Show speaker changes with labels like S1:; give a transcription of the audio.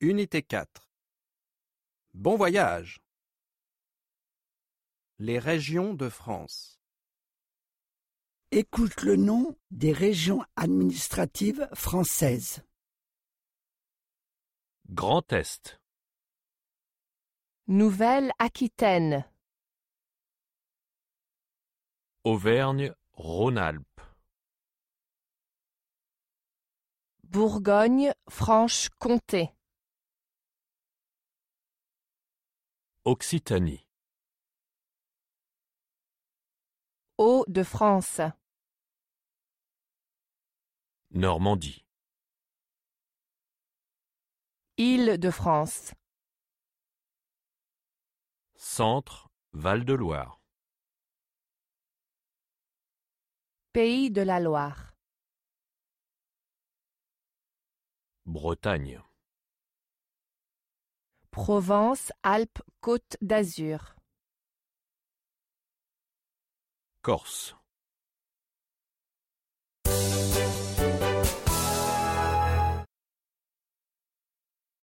S1: Unité quatre Bon voyage ! Les régions de France.
S2: Écoute le nom des régions administratives françaises.
S3: Grand Est,
S4: Nouvelle-Aquitaine,
S3: Auvergne, Rhône-Alpes,
S4: Bourgogne, Franche-Comté,
S3: Occitanie,
S4: Hauts-de-France,
S3: Normandie,
S4: Île-de-France,
S3: Centre, Val-de-Loire,
S4: Pays de la Loire,
S3: Bretagne,
S4: Provence-Alpes-Côte d'Azur,
S3: Corse,